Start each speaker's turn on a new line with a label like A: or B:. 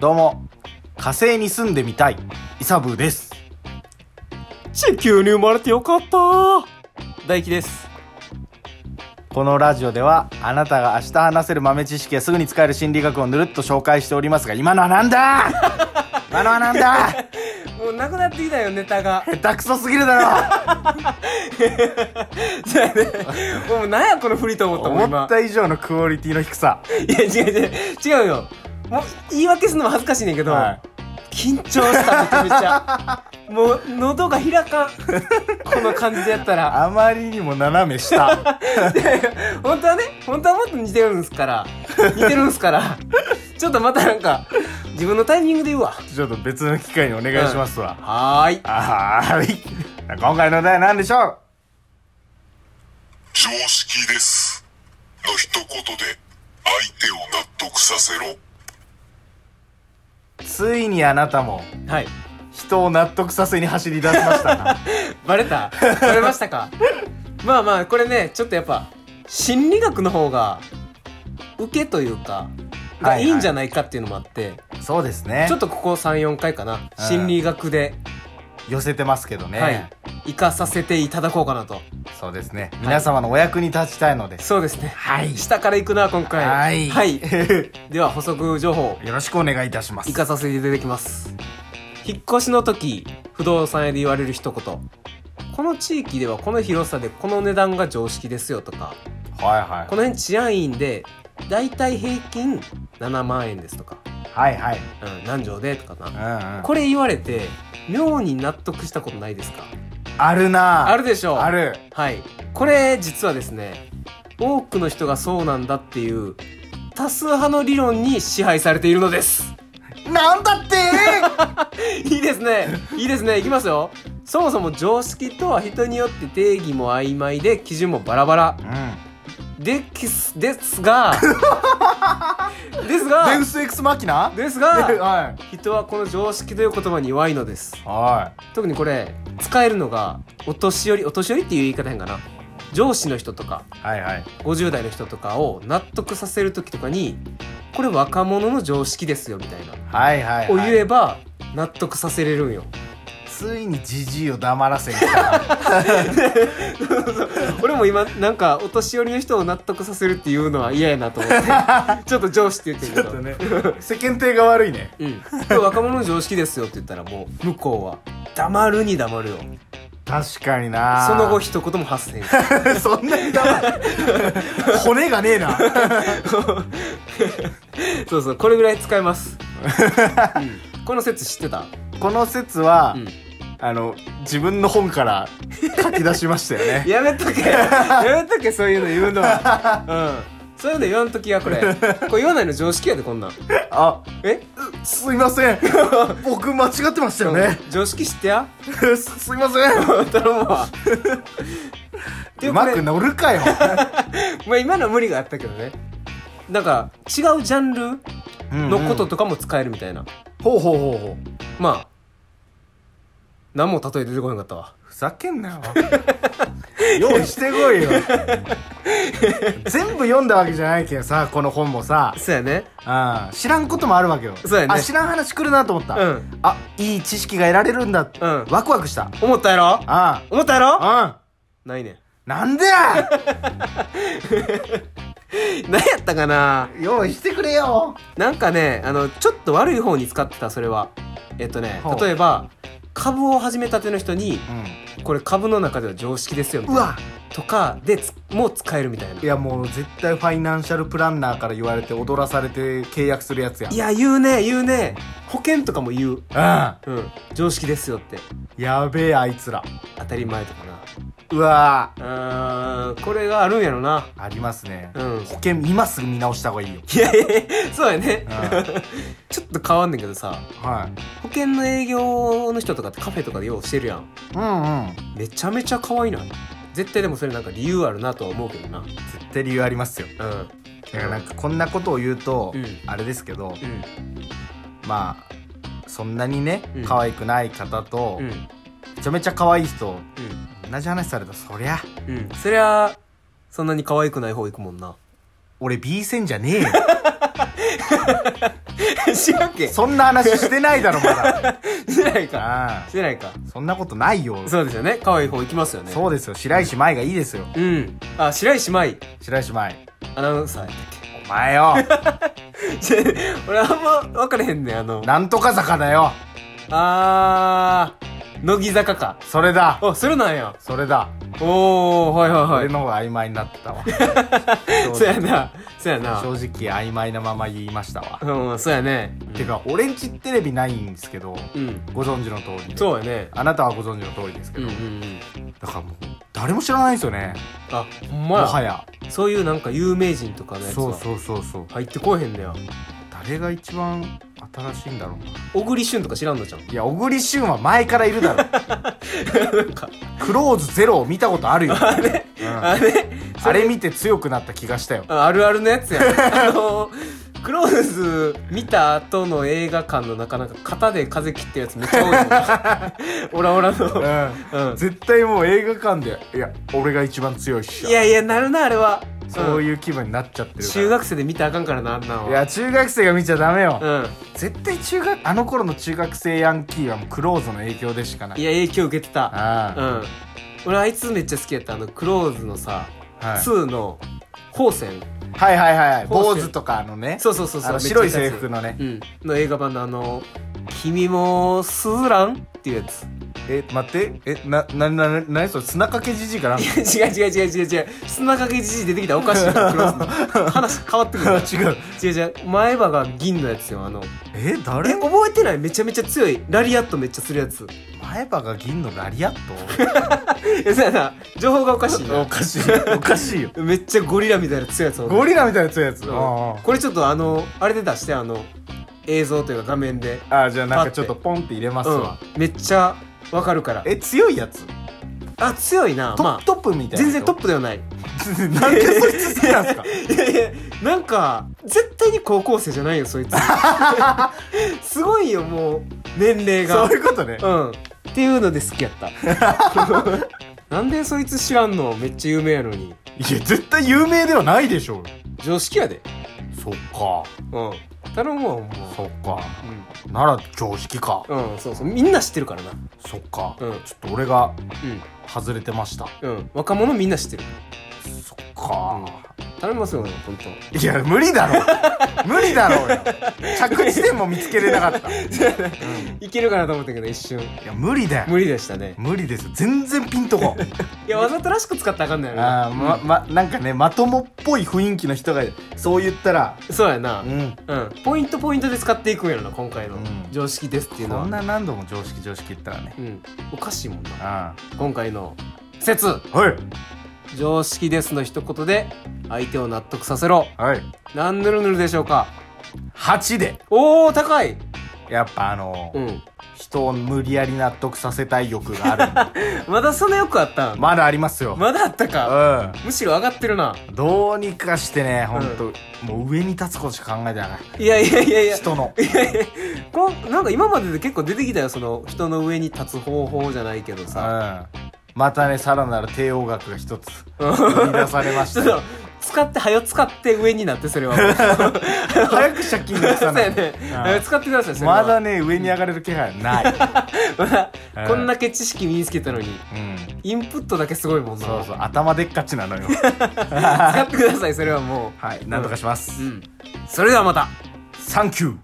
A: どうも火星に住んでみたいイサブーです
B: 地球に生まれてよかった大輝です
A: このラジオではあなたが明日話せる豆知識やすぐに使える心理学をぬるっと紹介しておりますが今のはなんだ今のはなんだ
B: もうなくなってきたよネタが
A: 下手くそすぎるだ
B: そうやねもうなんやこの振りと思っ
A: ろ
B: たもん
A: 思
B: 今
A: った以上のクオリティの低さ
B: いや違う違う違うよもう言い訳するのも恥ずかしいねんけど、
A: はい
B: 緊張しためちゃめちゃ もう喉が開かんこの感じでやったら
A: あまりにも斜め下
B: 本当はね本当はもっと似てるんですから似てるんですから ちょっとまたなんか自分のタイミングで言うわ
A: ちょっと別の機会にお願いしますわ、
B: はーい
A: あはーい今回のお題は何でしょう
C: 常識です。の一言で相手を納得させろ。
A: ついにあなたも
B: はい
A: 人を納得させに走り出しました な
B: バレたバレましたかまあまあこれねちょっとやっぱ心理学の方が受けというか
A: はいは
B: が
A: い
B: いいんじゃないかっていうのもあって、
A: そうですね
B: ちょっとここ34回かな
A: うん
B: 心理学で、
A: 寄せてますけどね、
B: はい生かさせていただこうかなと
A: そうですね皆様のお役に立ちたいので、
B: そうですね
A: はい
B: 下から行くな今回
A: はい
B: はい、 では補足情報
A: よろしくお願いいたします
B: 行かさせていただきます引っ越しの時不動産屋で言われる一言この地域ではこの広さでこの値段が常識ですよとか
A: はいは
B: この辺治安員でだいたい平均7万円ですとか、
A: いはいはい
B: うん、何畳でとかな
A: うんうん
B: これ言われて妙に納得したことないですか
A: あるな
B: あるでしょう
A: ある
B: はいこれ実はですね多くの人がそうなんだっていう多数派の理論に支配されているのです
A: なんだって
B: いいですね。いいですね。いきますよ。そもそも常識とは人によって定義も曖昧で基準もバラバラ
A: うん
B: ですで すがですが
A: デウスエクスマキナ
B: です
A: で
B: が
A: は
B: 人はこの常識という言葉に弱いのです
A: いは
B: 特にこれ使えるのがお年寄りお年寄りっていう言い方やんかな上司の人とか
A: いはいはい
B: 50代の人とかを納得させる時とかにこれ若者の常識ですよみたいな
A: はいはい
B: を
A: はい
B: 言えば納得させれるん よ
A: ついにジジイを黙らせに来 た
B: 俺も今なんかお年寄りの人を納得させるっていうのは嫌やなと思って ちょっと上司って言ってるけど、
A: ね世間体が悪いね
B: うん、これ若者の常識ですよって言ったらもう向こうは黙るに黙るよ
A: 確かにな
B: その後一言も発せ ん
A: そんなに黙る骨がねえな
B: そうそうこれぐらい使えます、うんこの説知ってた、
A: この説は、
B: うん、
A: あの自分の本から書き出しましたよね
B: やめとけやめとけそういうの言うのは、 うん、そういうの言わんときやこれこれ言わないの常識やでこんなん
A: あ
B: え
A: すいません僕間違ってましたよね
B: 常識知ってや
A: すすいませ
B: 頼むわ
A: んうまく乗るかよ
B: まあ今のは無理があったけどねなんか違うジャンルのこととかも使えるみたいな、
A: ほうほうほうほう
B: まあ何も例え出てこなかったわ
A: ふざけんなよ用意してこいよ全部読んだわけじゃないけどさこの本もさ
B: そうやね
A: あ知らんこともあるわけよ
B: そうやね
A: あ知らん話来るなと思った、
B: うん
A: あいい知識が得られるんだ、
B: うん
A: ワクワクした
B: 思ったやろ
A: あ
B: 思ったやろ
A: あ
B: ないね
A: うんなんでや
B: 何やったかな
A: 用意してくれよ
B: なんかねあのちょっと悪い方に使ってたそれはえっとね
A: ほう
B: 例えば株を始めたての人に
A: うん
B: これ株の中では常識ですよみたいうな
A: わ
B: とかでつもう使えるみたいない
A: やもう絶対ファイナンシャルプランナーから言われて踊らされて契約するやつや
B: いや言うね言うね保険とかも言ううん常識ですよって
A: うんやべえあいつら
B: 当たり前とかな
A: うわ
B: うーんこれがあるんやろな
A: ーありますね、
B: うん
A: 保険今すぐ見直した方がいいよ
B: いやいやいやそうやね
A: うん
B: ちょっと変わんねんけどさ
A: はい
B: 保険の営業の人とかってカフェとかでようしてるやん
A: うんうん
B: めちゃめちゃ可愛いな絶対でもそれなんか理由あるなとは思うけどなう
A: 絶対理由ありますよ
B: ん
A: だからなんかこんなことを言うと、
B: うん
A: あれですけど
B: うん
A: まあそんなにね
B: うん
A: 可愛くない方と、
B: うん
A: めちゃめちゃ可愛い人同じ話されたらそりゃ
B: う んうんそりゃそんなに可愛くない方行くもんな
A: 俺 B 線じゃねえよ
B: 知らんけ
A: そんな話してないだろま だ
B: してないか
A: あ
B: してないか
A: あそんなことないよ
B: そうですよね可愛い方行きますよね
A: そうですよ白石麻衣がいいですよ
B: うんあ白石麻衣
A: 白石麻衣
B: アナウンサーやったっ
A: お前よ
B: け俺あんま分かれへんねんあの
A: なんとか坂だよ
B: あー乃木坂か
A: それだ
B: あそれなんや
A: それだ
B: おおはいはい
A: 俺
B: は
A: の方が曖昧になってたわ
B: い そやなそやな
A: 正直曖昧なまま言いましたわ
B: うんそうやね
A: てか俺んちテレビないんですけど
B: うん
A: ご存知の通りで
B: そうやね
A: あなたはご存知の通りですけ
B: うん
A: ど
B: うんうん
A: だからもう誰も知らないんですよね
B: あほん
A: も
B: ま
A: は
B: や
A: や
B: そういうなんか有名人とかのやつ
A: そう
B: は
A: そうそうそう
B: 入ってこえへんだよ
A: 誰が一番新しいんだろうな
B: 小栗旬とか知らんのじゃん
A: いや小栗旬は前からいるだろ
B: なんか
A: クローズゼロを見たことあるよあれ,、うん、
B: あれ
A: あれ見て強くなった気がしたよ
B: ああるあるのや つやんあのクローズ見た後の映画館のなかなか型で風切ってるやつめっちゃ 多いもんオラオラの
A: うん
B: うん
A: 絶対もう映画館でいや俺が一番強いっしょ
B: いやいやなるなあれは
A: そう
B: うん
A: いう気分になっちゃってるから
B: 中学生で見たらあかんからなあんなのはい
A: や中学生が見ちゃダメよ、
B: うん
A: 絶対中学あの頃の中学生ヤンキーはもうクローズの影響でしかない
B: い
A: や
B: や影響受けてたう
A: あ
B: ん俺あいつめっちゃ好きやったあのクローズのさ、
A: あ、はい、
B: 2の光線
A: はいはいはいはい
B: ホー
A: 坊
B: ス
A: 主とかのね
B: そうそうそうそう
A: あの
B: めっちゃ
A: 白い
B: 見たや
A: 制
B: つ
A: 服のね
B: うんの映画版のあの「君もスズラン?」っていうやつ
A: え待ってえなななな何それ砂かけじじいかな違
B: 違う違う違う違う違う砂かけじじい出てきたらおかしいなクロス の話変わっ てくる
A: う
B: 違う違う前歯が銀のやつよあの
A: え
B: え
A: 誰
B: 覚えてないめちゃめちゃ強いラリアットめっちゃするやつ
A: 前歯が銀のラリアッ
B: えそうやな情報がおかしい
A: ト
B: な
A: おかしいおかしいよ
B: めっちゃゴリラみたいな強いやつおる
A: ゴリラみたいな強いやつ
B: うん
A: あ
B: これちょっとあのあれで出してあの映像というか画面で
A: ああじゃあなんかちょっとポンって入れますわ、
B: うん、めっちゃわかるから
A: え強いやつ
B: あ強いな
A: ト,、
B: まあ
A: トップみたいな
B: 全然トップではない
A: プ なんでそいつ好きなんす か
B: いやいやなんか絶対に高校生じゃないよ そいつすごいよもう年齢が
A: そういうことね
B: うんっていうので好きやった なんでそいつ知らんのめっちゃ有名やのに
A: いや絶対有名ではないでしょう
B: 常識やで
A: そっか
B: うん頼むわほんま
A: そっかなら常識か
B: うん、うん、そうそうみんな知ってるからな
A: そっか、
B: うん
A: ちょっと俺が
B: う
A: 外れてました
B: んうん若者みんな知ってる
A: そっか、
B: 頼みますよ本当。
A: いや無理だろ無理だろうよ着地点も見つけれなかったい
B: いけるかなと思ったけど一瞬
A: や無理だよ
B: 無理でしたね
A: 無理です全然ピンとこ
B: いやわざとらしく使ったらあかんのやろな
A: あーままなんかねまともっぽい雰囲気の人がそう言ったら
B: そうやな
A: うん
B: うん、ポイントポイントで使っていくんやろな今回の
A: うん
B: 常識ですっていうのは、
A: こ
B: うんん
A: な何度も常識常識言ったらね
B: おかしいもんな
A: あ
B: 今回の説
A: あはい
B: 常識ですの一言で相手を納得させろ
A: はい
B: 何ぬるぬるでしょうか
A: 8で
B: おお高い
A: やっぱあのー
B: うん
A: 人を無理やり納得させたい欲があるんで
B: まだそんなよくあったん ま
A: まだありますよ。
B: だあったかむしろ上がってるな
A: うん。どうにかしてね、ほんと、もう上に立つことしか考えてない。
B: いやいやいやいや
A: 人の。
B: いやいや こんなんか今までで結構出てきたよその人の上に立つ方法じゃないけど
A: う
B: さ
A: ん。またね、さらなる帝王学が一つ、
B: うん
A: 生み出されまし
B: ちょった
A: よ
B: と。使ってはよ使って上になってそれは
A: 早く借金が
B: そ
A: さ
B: う
A: な
B: や
A: い。
B: ね
A: うん。
B: あ使ってください、それは
A: まだね、上に上がれる気配はない。
B: まだ
A: うん
B: こんだけ知識身につけたの
A: う
B: に、
A: ん。
B: インプットだけすごいもんな。
A: そうそう、頭でっかちなの よ。
B: 使ってください、それはも
A: はい、なんとかしま
B: う。う
A: す。
B: ん。それではまた
A: サンキュー